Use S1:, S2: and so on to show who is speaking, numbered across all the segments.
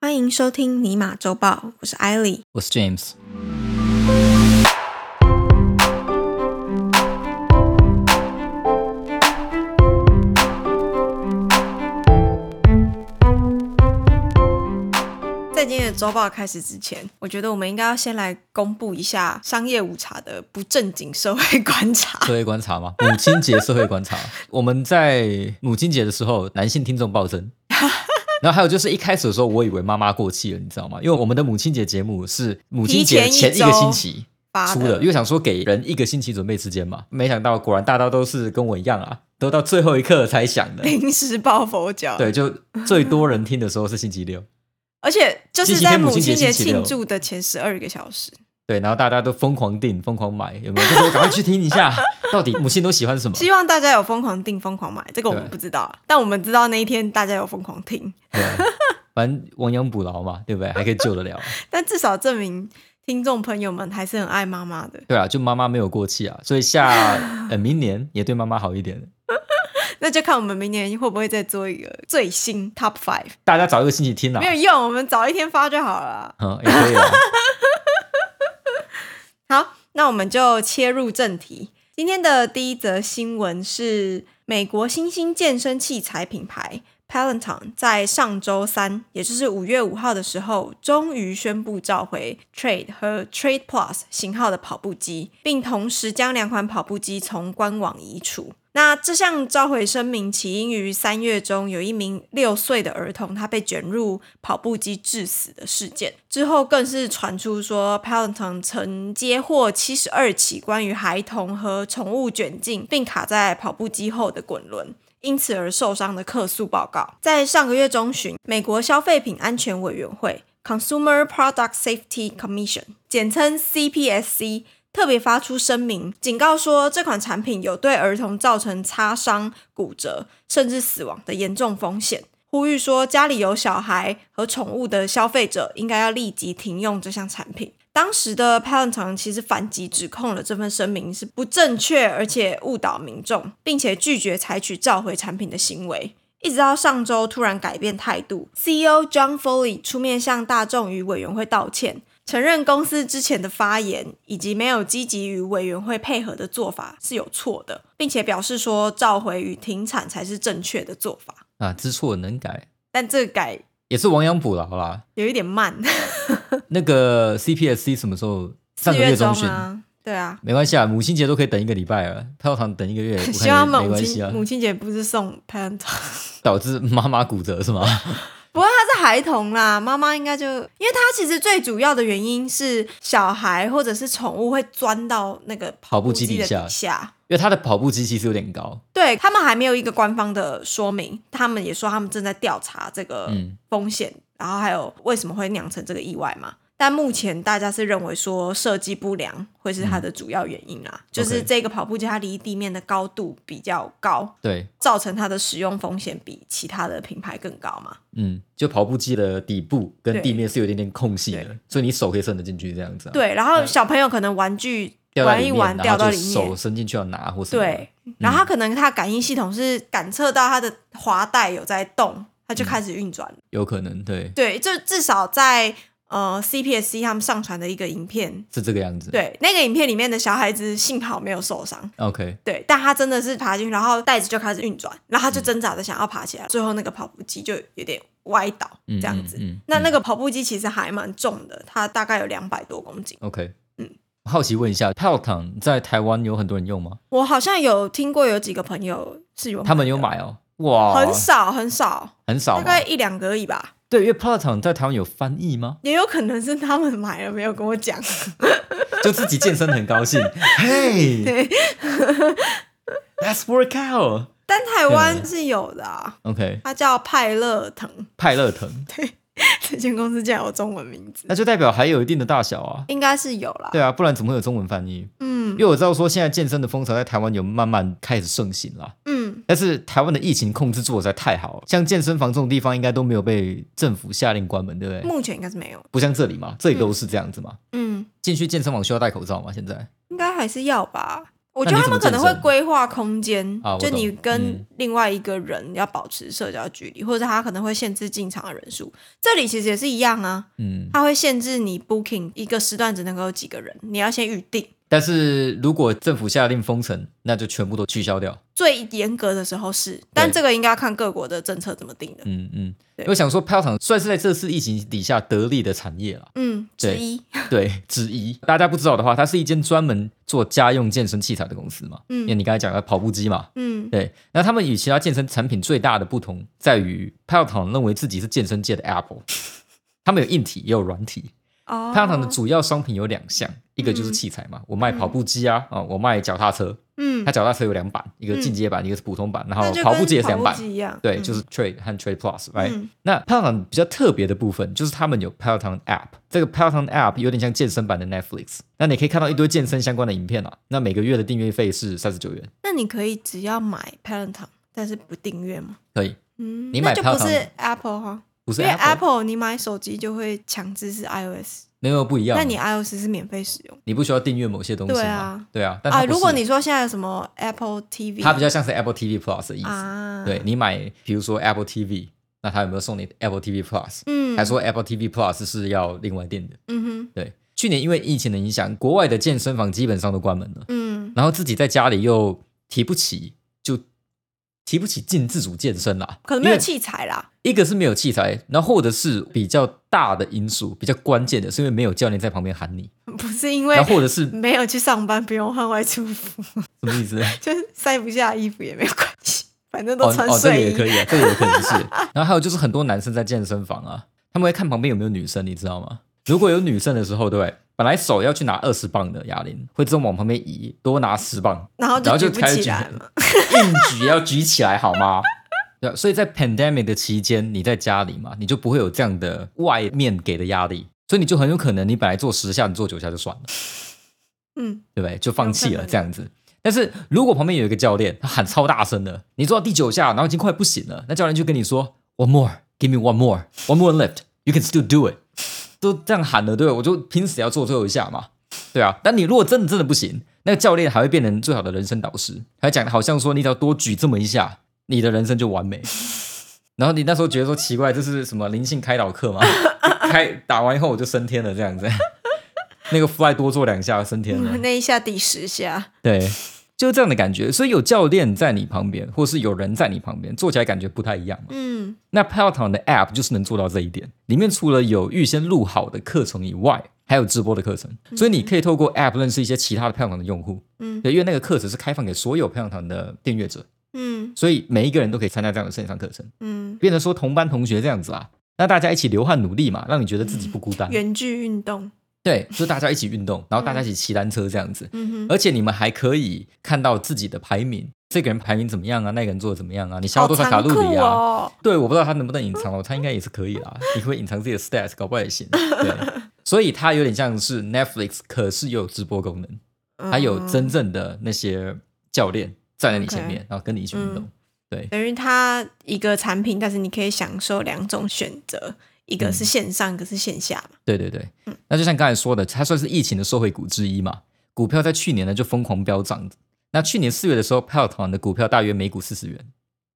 S1: 欢迎收听尼玛周报，我是艾莉。
S2: 我是 James。
S1: 在今天的周报开始之前，我觉得我们应该要先来公布一下商业午茶的不正经社会观察。
S2: 社会观察吗？ 母亲节社会观察。我们在母亲节的时候，男性听众暴增。然后还有就是一开始的时候，我以为妈妈过气了，你知道吗？因为我们的母亲节节目是母亲节
S1: 提前
S2: 前
S1: 一
S2: 一个
S1: 周
S2: 星期
S1: 发
S2: 出的，因为想说给人一个星期准备时间嘛。没想到果然大家都是跟我一样啊，都到最后一刻才想的。
S1: 临时抱佛脚，
S2: 对，，就最多人听的时候是星期六，
S1: 而且就是
S2: 星期天
S1: 在
S2: 母
S1: 母
S2: 亲节
S1: 亲节
S2: 星期六
S1: 庆祝的前十二个小时。
S2: 对，然后大家都疯狂订、疯狂买，有没有？就是赶快去听一下，到底母亲都喜欢什么？
S1: 希望大家有疯狂订、疯狂买，这个我们
S2: 对
S1: 不知道啊，但我们知道那一天大家有疯狂听，
S2: 对，啊反正亡羊补牢嘛，对不对？还可以救得 了。
S1: 但至少证明听众朋友们还是很爱妈妈的。
S2: 对啊，就妈妈没有过气啊，所以下呃明年也对妈妈好一点。
S1: 那就看我们明年会不会再做一个最新 Top Five，、
S2: 大家找一个星期听啦啊
S1: 没，有用，我们早一天发就好了啊。
S2: 嗯，也可以啊。
S1: 好，那我们就切入正题。今天的第一则新闻是美国新兴健身器材品牌 Peloton 在上周三，也就是五月五号的时候，终于宣布召回 Trade 和 Trade Plus 型号的跑步机，并同时将两款跑步机从官网移除。那这项召回声明起因于三月中有一名六岁的儿童他被卷入跑步机致死的事件，之后更是传出说 Peloton 曾接获七十二起关于孩童和宠物卷进并卡在跑步机后的滚轮。因此而受伤的客诉报告，在上个月中旬，美国消费品安全委员会 （Consumer Product Safety Commission） 简称 CPSC 特别发出声明，警告说这款产品有对儿童造成擦伤、骨折甚至死亡的严重风险，呼吁说家里有小孩和宠物的消费者应该要立即停用这项产品。当时的 Peloton 其实反击指控了这份声明是不正确，而且误导民众，并且拒绝采取召回产品的行为。一直到上周突然改变态度，CEO John Foley 出面向大众与委员会道歉，承认公司之前的发言以及没有积极与委员会配合的做法是有错的，并且表示说召回与停产才是正确的做法。
S2: 啊，知错能改，
S1: 但这个改
S2: 也是亡羊补牢啦。
S1: 有一点 慢， 啊
S2: 那个 CPSC 什么时候？上
S1: 四
S2: 个月
S1: 中
S2: 中旬。
S1: 啊，对啊。
S2: 没关系啊，母亲节都可以等一个礼拜啊了，票堂等一 个月，我看
S1: 希望
S2: 也没
S1: 母
S2: 关系
S1: 亲、
S2: 啊。
S1: 母亲节不是送 p a n t
S2: 导致妈妈骨折是吗？
S1: 不过他是孩童啦，妈妈应该就，因为他其实最主要的原因是小孩或者是宠物会钻到那个
S2: 跑步
S1: 步
S2: 机
S1: 机
S2: 底
S1: 的
S2: 下
S1: 底，下，
S2: 因为她的跑步机其实有点高，
S1: 对他们还没有一个官方的说明，他们也说他们正在调查这个
S2: 嗯
S1: 风险，然后还有为什么会酿成这个意外嘛。但目前大家是认为说设计不良会是
S2: 嗯
S1: 它的主要原因啦，就是这个跑步机它离地面的高度比较高，
S2: 对，
S1: 造成它的使用风险比其他的品牌更高嘛。
S2: 嗯，就跑步机的底部跟
S1: 对
S2: 地面是有一点点空隙的
S1: 对，
S2: 所以你手可以伸得进去这样子、啊。，
S1: 对，然后小朋友可能玩具
S2: 掉到
S1: 玩
S2: 里
S1: 一
S2: 面，
S1: 玩
S2: 然后
S1: 掉到
S2: 就
S1: 里面
S2: 手，伸进去要拿或什么的。
S1: 对，然
S2: 嗯
S1: 后它可能它的感应系统是感测到它的滑带有在动，它就开始运转了
S2: 有可能对，
S1: 对，就至少在呃 CPSC 他们上传的一个影片，
S2: 是这个样子。
S1: 对，那个影片里面的小孩子幸好没有受伤，
S2: ，OK，
S1: 对，但他真的是爬进去，然后袋子就开始运转，然后他就
S2: 嗯
S1: 挣扎着想要爬起来，最后那个跑步机就有点歪倒
S2: 嗯，
S1: 这样子。
S2: 嗯嗯
S1: 那
S2: 嗯
S1: 那个跑步机其实还蛮重的，它大概有两百多公斤。
S2: OK，
S1: 嗯，
S2: 好奇问一下，Peloton 在台湾有很多人用吗？
S1: 我好像有听过有几个朋友是有买的
S2: 他们有，买哦，哇，
S1: 很少很少，
S2: 很
S1: 大
S2: 少吗，
S1: 概一两个而已吧，
S2: 对，因为 Peloton 在台湾有翻译 吗？
S1: 也有可能是他们买了没有跟我 讲。
S2: 就自己健身很 高兴，Hey，Let's work out。
S1: 但台湾是有的啊。
S2: OK，
S1: 它叫派乐腾，
S2: 派乐腾，
S1: 这间公司竟然有中文名字，
S2: 那就代表还有一定的大小啊。
S1: 应该是有啦。
S2: 对啊，不然怎么会有中文翻译？
S1: 嗯
S2: 因为我知道说现在健身的风潮在台湾有慢慢开始盛行啦，
S1: 嗯，
S2: 但是台湾的疫情控制做的实在太好了，像健身房这种地方应该都没有被政府下令关门，对不对？
S1: 目前应该是没有。
S2: 不像这里嘛，这里都是这样子嘛。
S1: 嗯，
S2: 进去健身房需要戴口罩吗？现在
S1: 应该还是要吧。我觉得他们可能会
S2: 那你怎么健身
S1: 规划空间，
S2: 啊我
S1: 就
S2: 懂
S1: 你跟
S2: 嗯
S1: 另外一个人要保持社交距离，或者他可能会限制进场的人数。这里其实也是一样啊，
S2: 嗯，
S1: 他会限制你 booking 一个时段只能够有几个人，你要先预定。
S2: 但是如果政府下令封城，那就全部都取消掉。
S1: 最严格的时候是，但这个应该要看各国的政策怎么定的。
S2: 嗯嗯，
S1: 对
S2: 因为想说票场算是在这次疫情底下得利的产业了，
S1: 嗯，之
S2: 对
S1: 一。
S2: 对之一。大家不知道的话，它是一间专门做家用健身器材的公司嘛。
S1: 嗯
S2: 因为你刚才讲到跑步机嘛，
S1: 嗯
S2: 对。那他们与其他健身产品最大的不同在于，票场认为自己是健身界的 Apple，他们有硬体也有软体。
S1: 哦，
S2: 票场的主要商品有两项，一个就是
S1: 嗯
S2: 器材嘛，我卖跑步机啊，啊、我卖脚踏车。
S1: 嗯
S2: 它，脚踏车有两版，一个
S1: 嗯
S2: 进阶版，一个是普通版，然后
S1: 那就跟
S2: 跑步机也是两版
S1: 跑步。机一样。
S2: 对，
S1: 嗯
S2: 就是 Trade 和 Trade Plus，right？、
S1: 嗯
S2: 那 Peloton 比较特别的部分就是他们有 Peloton App，这个 Peloton App 有点像健身版的 Netflix。那你可以看到一堆健身相关的影片啊。那每个月的订阅费是三十九元，
S1: 那你可以只要买 Peloton，但是不订阅吗？
S2: 可以，
S1: 嗯，
S2: 你买
S1: 那就不
S2: Peloton-
S1: 是 Apple 哈，
S2: 不是
S1: 因为
S2: Apple,
S1: Apple 你买手机就会强制是 iOS，
S2: 没有不一样。啊
S1: 那你 iOS 是免费使用
S2: 你不需要订阅某些东西嘛
S1: 对啊，
S2: 对啊。但它
S1: 啊。
S2: 不是
S1: 如果你说现在有什么 Apple TV，
S2: 它比较像是 Apple TV Plus 的意思，
S1: 啊，
S2: 对，你买比如说 Apple TV，那它有没有送你 Apple TV Plus？、
S1: 嗯，
S2: 还说 Apple TV Plus 是要另外订的。
S1: 嗯哼，
S2: 对，去年因为疫情的影响，国外的健身房基本上都关门了，
S1: 嗯，
S2: 然后自己在家里又提不起，就提不起劲自主健身啦。
S1: 可能没有
S2: 因为
S1: 器材啦，
S2: 一个是没有器材，然后或者是比较大的因素，比较关键的是因为没有教练在旁边喊你，
S1: 不是因为
S2: 然后或者是
S1: 没有去上班，不用换外出服，
S2: 什么意思？
S1: 就是塞不下衣服也没有关系，反正
S2: 哦
S1: 都穿
S2: 哦，这个
S1: 睡
S2: 也
S1: 衣。
S2: 可以啊，这个也可 能是。然后还有就是很多男生在健身房啊，他们会看旁边有没有女生，你知道吗？如果有女生的时候，对不对，本来手要去拿二十磅的哑铃，会自动往旁边移，多拿十磅，
S1: 然后就
S2: 然后就
S1: 举不
S2: 开始
S1: 起
S2: 举
S1: 来嘛
S2: 硬举要举起来好吗？对啊，所以在 pandemic 的期间，你在家里嘛，你就不会有这样的外面给的压力，所以你就很有可能你本来做十下，你做九下就算了，
S1: 嗯，
S2: 对不对？就放弃
S1: 有可
S2: 了
S1: 能
S2: 这样子。但是如果旁边有一个教练，他喊超大声的，你做到第九下，然后已经快不行了，那教练就跟你说 one more, give me one more, one more left, you can still do it，都 这样喊了，对不对我就拼死要做最后一下嘛，对啊。但你如果真的真的不行，那个教练还会变成最好的人生导师，还讲得好像说你只要多举这么一下，你的人生就完美。然后你那时候觉得说奇怪，这是什么灵性开导课 吗？开打完以后我就升天了这样子，那个 fly 多做两下升天了。
S1: 那一下第十下，
S2: 对， 就是这样的感觉。所以有教练在你旁边，或是有人在你旁边，做起来感觉不太一样嘛。
S1: 嗯
S2: 那 Peloton 的 App 就是能做到这一点。里面除了有预先录好的课程以外，还有直播的课程，所以你可以透过 App 认识一些其他的 Peloton 的用户。
S1: 嗯
S2: 对，因为那个课程是开放给所有 Peloton 的订阅者，
S1: 嗯
S2: 所以每一个人都可以参加这样的线上课程，
S1: 嗯，
S2: 变成说同班同学这样子啊。那大家一起流汗努力嘛，让你觉得自己不孤单。
S1: 远距运动，
S2: 对，就大家一起运动，然后大家一起骑单车这样子。
S1: 嗯哼，
S2: 而且你们还可以看到自己的排名，这个人排名怎么样啊？那个人做的怎么样啊？你消耗多少卡路里啊？
S1: 好残酷哦
S2: 对，我不知道他能不能隐藏哦，他应该也是可以啦。你会隐藏自己的 stats，搞不好也行。 对，所以它有点像是 Netflix，可是有直播功能，它有
S1: 嗯
S2: 真正的那些教练站在你前面，然后跟你一起
S1: 嗯
S2: 运动。对，
S1: 等于它一个产品，但是你可以享受两种选择，一个是线上，一个是线下嘛。
S2: 对对对，
S1: 嗯
S2: 那就像刚才说的，它算是疫情的受惠股之一嘛。股票在去年呢就疯狂飙涨，那去年四月的时候，Peloton 的股票大约每股四十元，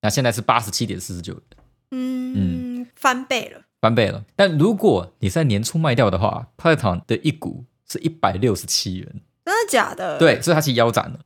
S2: 那现在是八十七点四十九元，
S1: 嗯，翻倍了。
S2: 翻倍了。但如果你在年初卖掉的话，Peloton 的一股是一百六十七元，
S1: 真的假的？，
S2: 对，所以它其实腰斩了。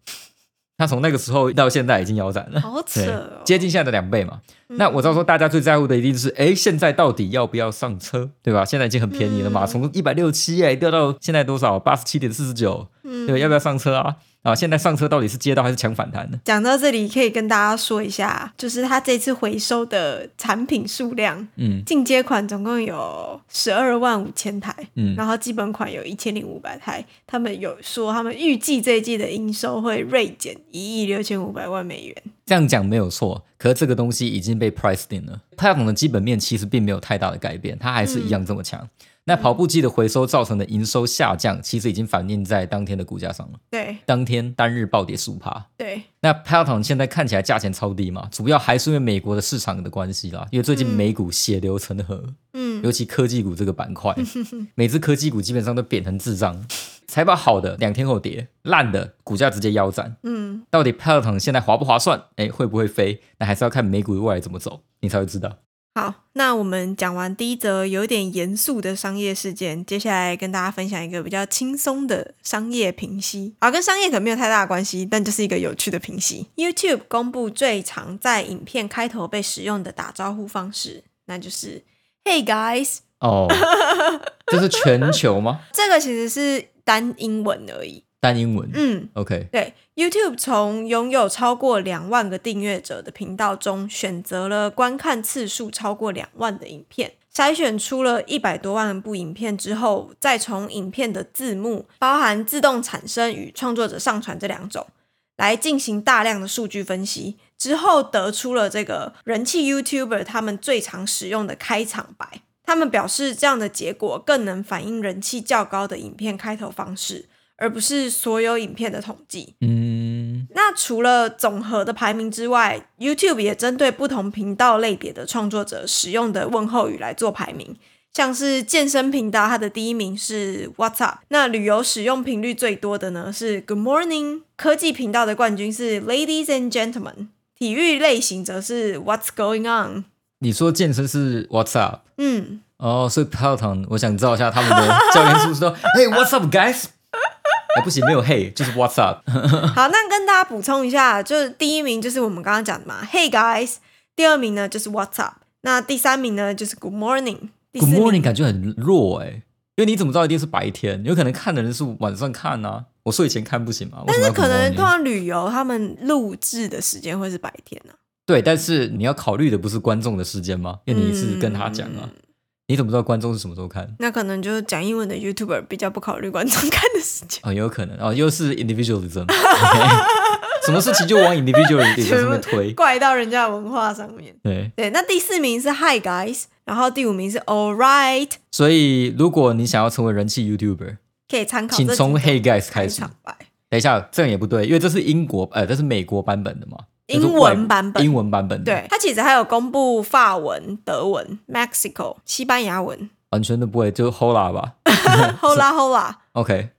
S2: 它从那个时候到现在已经腰斩了，
S1: 好扯
S2: 对
S1: 哦，嗯
S2: 接近现在的两倍嘛。那我知道说大家最在乎的一定是，哎，现在到底要不要上车，对吧？现在已经很便宜了嘛，
S1: 嗯
S2: 从一百六七哎掉到现在多少八十七点四十九，
S1: 嗯
S2: 对，要不要上车啊？啊，现在上车到底是接到还是抢反弹呢？
S1: 讲到这里，可以跟大家说一下，就是它这次回收的产品数量，
S2: 嗯
S1: 进阶款总共有十二万五千台，
S2: 嗯，
S1: 然后基本款有一千零五百台。他们有说，他们预计这一季的营收会锐减一亿六千五百万美元。
S2: 这样讲没有错，可是这个东西已经被 priced in 了。太阳能的基本面其实并没有太大的改变，它还是一样这么强。那跑步机的回收造成的营收下降，其实已经反映在当天的股价上了。
S1: 对
S2: 当天单日暴跌十五趴，
S1: 对，
S2: 那 Peloton 现在看起来价钱超低嘛，主要还是因为美国的市场的关系啦，因为最近
S1: 嗯
S2: 美股血流成河，
S1: 嗯
S2: 尤其科技股这个板块，每只科技股基本上都贬成智障，才把好的两天后跌，烂的股价直接腰斩。
S1: 嗯，
S2: 到底 Peloton 现在划不划算？哎，会不会飞？那还是要看美股未来怎么走，你才会知道。
S1: 好，那我们讲完第一则有点严肃的商业事件，接下来跟大家分享一个比较轻松的商业评析，啊，跟商业可能没有太大的关系，但就是一个有趣的评析。YouTube 公布最常在影片开头被使用的打招呼方式，那就是 Hey guys，
S2: 哦， 这是全球吗？
S1: 这个其实是单英文而已。
S2: 单英文、
S1: 嗯，
S2: o k
S1: 对，YouTube 从拥有超过两万个订阅者的频道中，选择了观看次数超过两万的影片，筛选出了一百多万部影片之后，再从影片的字幕包含自动产生与创作者上传这两种，来进行大量的数据分析，之后得出了这个人气 YouTuber 他们最常使用的开场白。他们表示，这样的结果更能反映人气较高的影片开头方式，而不是所有影片的统计。
S2: 嗯，
S1: 那除了总和的排名之外，YouTube 也针对不同频道类别的创作者使用的问候语来做排名。像是健身频道，它的第一名是 What's up？那旅游使用频率最多的呢是 Good morning。科技频道的冠军是 Ladies and Gentlemen。体育类型则是 What's going on？
S2: 你说健身是 What's up？
S1: 嗯，
S2: 哦，所以 Peloton，我想知道一下他们的教练是不是说 Hey What's up guys？哎，不行，没有 Hey，就是 What's up。
S1: 好，那跟大家补充一下，就是第一名就是我们刚刚讲的嘛，Hey guys。第二名呢就是 What's up？那第三名呢就是 Good morning。第四
S2: Good
S1: 名
S2: morning 感觉很弱哎、因为你怎么知道一定是白天？有可能看的人是晚上看啊。我睡前看不行吗？
S1: 但
S2: 为
S1: 是
S2: 什么
S1: 可
S2: 要 good
S1: 能
S2: morning？
S1: 通常旅游他们录制的时间会是白天啊呢、
S2: 对，但是你要考虑的不是观众的时间吗？因为你是跟他讲啊，
S1: 嗯
S2: 你怎么知道观众是什么时候看？
S1: 那可能就是讲英文的 YouTuber 比较不考虑观众看的时间，
S2: 哦，也有可能哦，又是 individualism，OK 什么事情就往 individualism 上面推。
S1: 怪到人家的文化上面。
S2: 对，
S1: 对，那第四名是 Hi guys，然后第五名是 All right，
S2: 所以如果你想要成为人气 YouTuber，
S1: 可以参考这
S2: 请
S1: 几
S2: 从
S1: 个
S2: Hey Guys 开
S1: 开
S2: 始。
S1: 场白。
S2: 等一下，这样也不对，因为这是英国呃，这是美国版本的嘛，
S1: 英
S2: 就是外
S1: 文版本
S2: 英文版本的，
S1: 对，，它其实还有公布法文、德文、Mexico、西班牙 文
S2: 完全都不会，就是 Hola 吧
S1: ，Hola Hola。
S2: ，OK，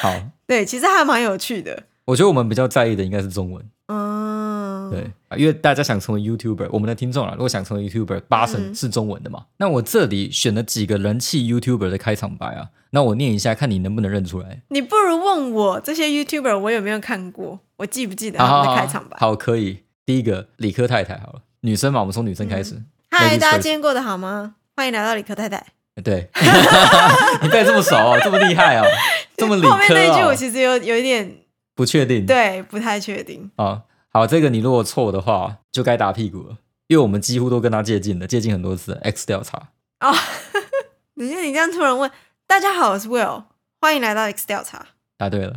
S2: 好，
S1: 对，其实还蛮有趣的。
S2: 我觉得我们比较在意的应该是中文，
S1: 嗯，
S2: 对，啊因为大家想成为 YouTuber，我们的听众啊，如果想成为 YouTuber，八成
S1: 嗯
S2: 是中文的嘛。那我这里选了几个人气 YouTuber 的开场白啊，那我念一下，看你能不能认出来。
S1: 你不如问我这些 YouTuber 我有没有看过，我记不记得他们的开场白？
S2: 啊好，可以。第一个理科太太好了，女生嘛，我们从女生开始。
S1: 嗨，
S2: Ladies
S1: 大家
S2: first
S1: 今天过得好吗？欢迎来到理科太太。
S2: 呃对， 你背得这么熟、 哦，这么厉害哦，这么理科、哦、
S1: 后面那一句我其实有有一点
S2: 不确定。
S1: 对不太确定。
S2: 啊，好，这个你如果错的话，就该打屁股了，因为我们几乎都跟他接近了，接近很多次。X 调查，
S1: 哦 你看你这样突然问，大家好，我是 Will，欢迎来到 X 调查。
S2: 答对 了。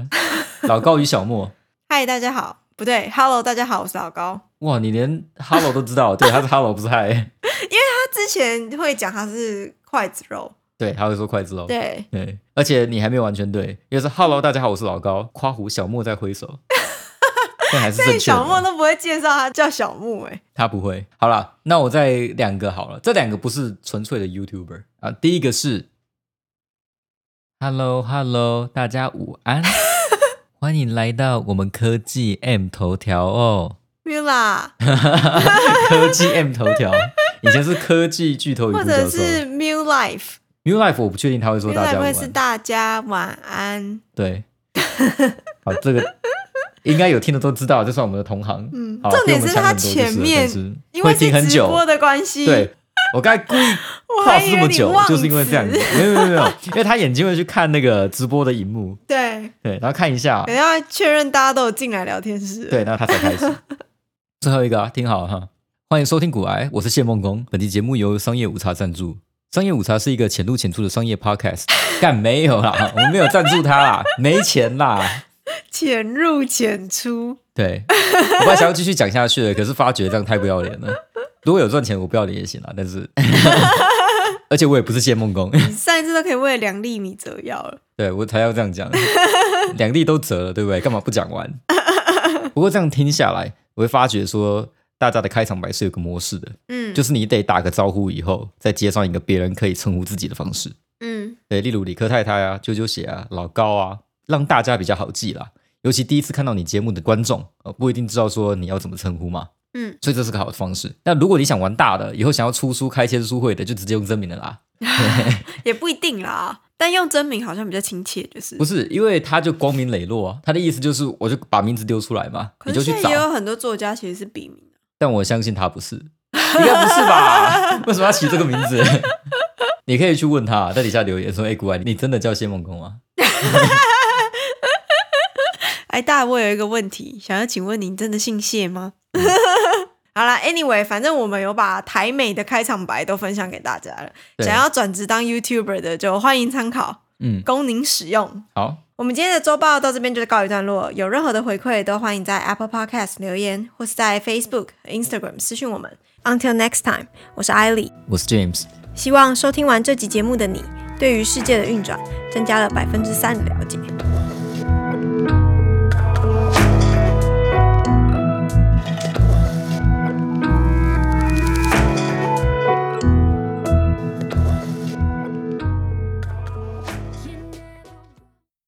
S2: 老高与小莫，
S1: 嗨，大家好，不对，Hello，大家好，我是老高。
S2: 哇，你连 Hello 都知 道，对，他是 Hello 不是 Hi，
S1: 他之前会讲他是筷子肉，
S2: 对，他会说筷子喽。
S1: 对，
S2: 对，而且你还没有完全对，因为是 Hello，大家好，我是老高，夸胡小莫在 挥手，但还是正
S1: 但
S2: 确
S1: 小莫
S2: 的，
S1: 都不会介绍他叫小木哎、
S2: 他不会。好啦，那我再两个好了，这两个不是纯粹的 YouTuber 啊，第一个是 Hello Hello，大家午 安，欢迎来到我们科技 M 头条哦，
S1: m i l a
S2: 科技 M 头条，以前是科技巨头与
S1: 或
S2: 独角
S1: 者
S2: 兽
S1: 是 m i l Life，m
S2: New Life，我不确定他会说
S1: i l
S2: 大家
S1: Life
S2: 午
S1: 会
S2: 安。
S1: 是大家晚安。
S2: 对， 好，这个应该有听的都知道，这算我们的同行。
S1: 嗯
S2: 好
S1: 重点
S2: 比我们
S1: 是他
S2: 强很多就
S1: 前
S2: 是
S1: 面
S2: 但是
S1: 因
S2: 会
S1: 为
S2: 听
S1: 是
S2: 很
S1: 直
S2: 久。
S1: 播的关系，
S2: 对，我刚才故意
S1: 我还
S2: pause
S1: 以
S2: 这
S1: 为
S2: 么
S1: 你
S2: 久，
S1: 忘
S2: 就是因为这样子
S1: 词。
S2: 没有没有没有，因为他眼睛会去看那个直播的荧幕，
S1: 对，
S2: 对，然后看一下
S1: 等，一下确认大家都有进来聊天室。，
S2: 对，然后他才开始。 最后一个、啊，听好了哈，欢迎收听古癌，我是谢梦工。本期节目由商业午茶赞助。商业午茶是一个浅入浅出的商业 podcast，干 没有啦，我们没有赞助他啦，没钱啦。
S1: 浅入浅出。
S2: 对，我本来想要继续讲下去的，可是发觉这样太不要脸了。如果有赚钱，我不要脸也行啊，但是， 而且我也不是谢梦工，
S1: 你上一次都可以为了两粒米折腰了。
S2: 对我才要这样讲，两地都折了，对不对？干嘛不讲完？不过这样听下来，我会发觉说，大家的开场白是有个模式的，
S1: 嗯，
S2: 就是你得打个招呼以后，再接上一个别人可以称呼自己的方式。
S1: 嗯，
S2: 对，例如理科太太啊、啾啾鞋啊、老高啊，让大家比较好记啦。尤其第一次看到你节目的观众，呃，不一定知道说你要怎么称呼嘛，
S1: 嗯，
S2: 所以这是个好的方式。那如果你想玩大的，以后想要出书、开签书会的，就直接用真名了啦。
S1: 也不一定啦，但用真名好像比较亲切，就是
S2: 不。是，因为他就光明磊落啊，他的意思就是我就把名字丢出来嘛，
S1: 可
S2: 你
S1: 是
S2: 就去
S1: 现在
S2: 找
S1: 也。有很多作家其实是笔名的，
S2: 但我相信他不是，应该不是 吧？为什么要起这个名字？ 你可以去问他，在底下留言说：“哎、古玩，你真的叫谢梦工吗
S1: 哎，大，我有一个问题，想要请问您真的姓谢吗？
S2: 嗯
S1: 好啦 a n y w a y 反正我们有把台美的开场白都分享给大家了，
S2: 对
S1: 想要转职当 YouTuber 的就欢迎参考，？”
S2: 嗯，
S1: 供您使用。
S2: 好，
S1: 我们今天的周报到这边就告一段落，有任何的回馈都欢迎在 Apple Podcast 留言，或是在 Facebook、Instagram 私讯我们。Until next time，我是艾莉，
S2: 我是 James，
S1: 希望收听完这集节目的你，对于世界的运转增加了百分之三的了解。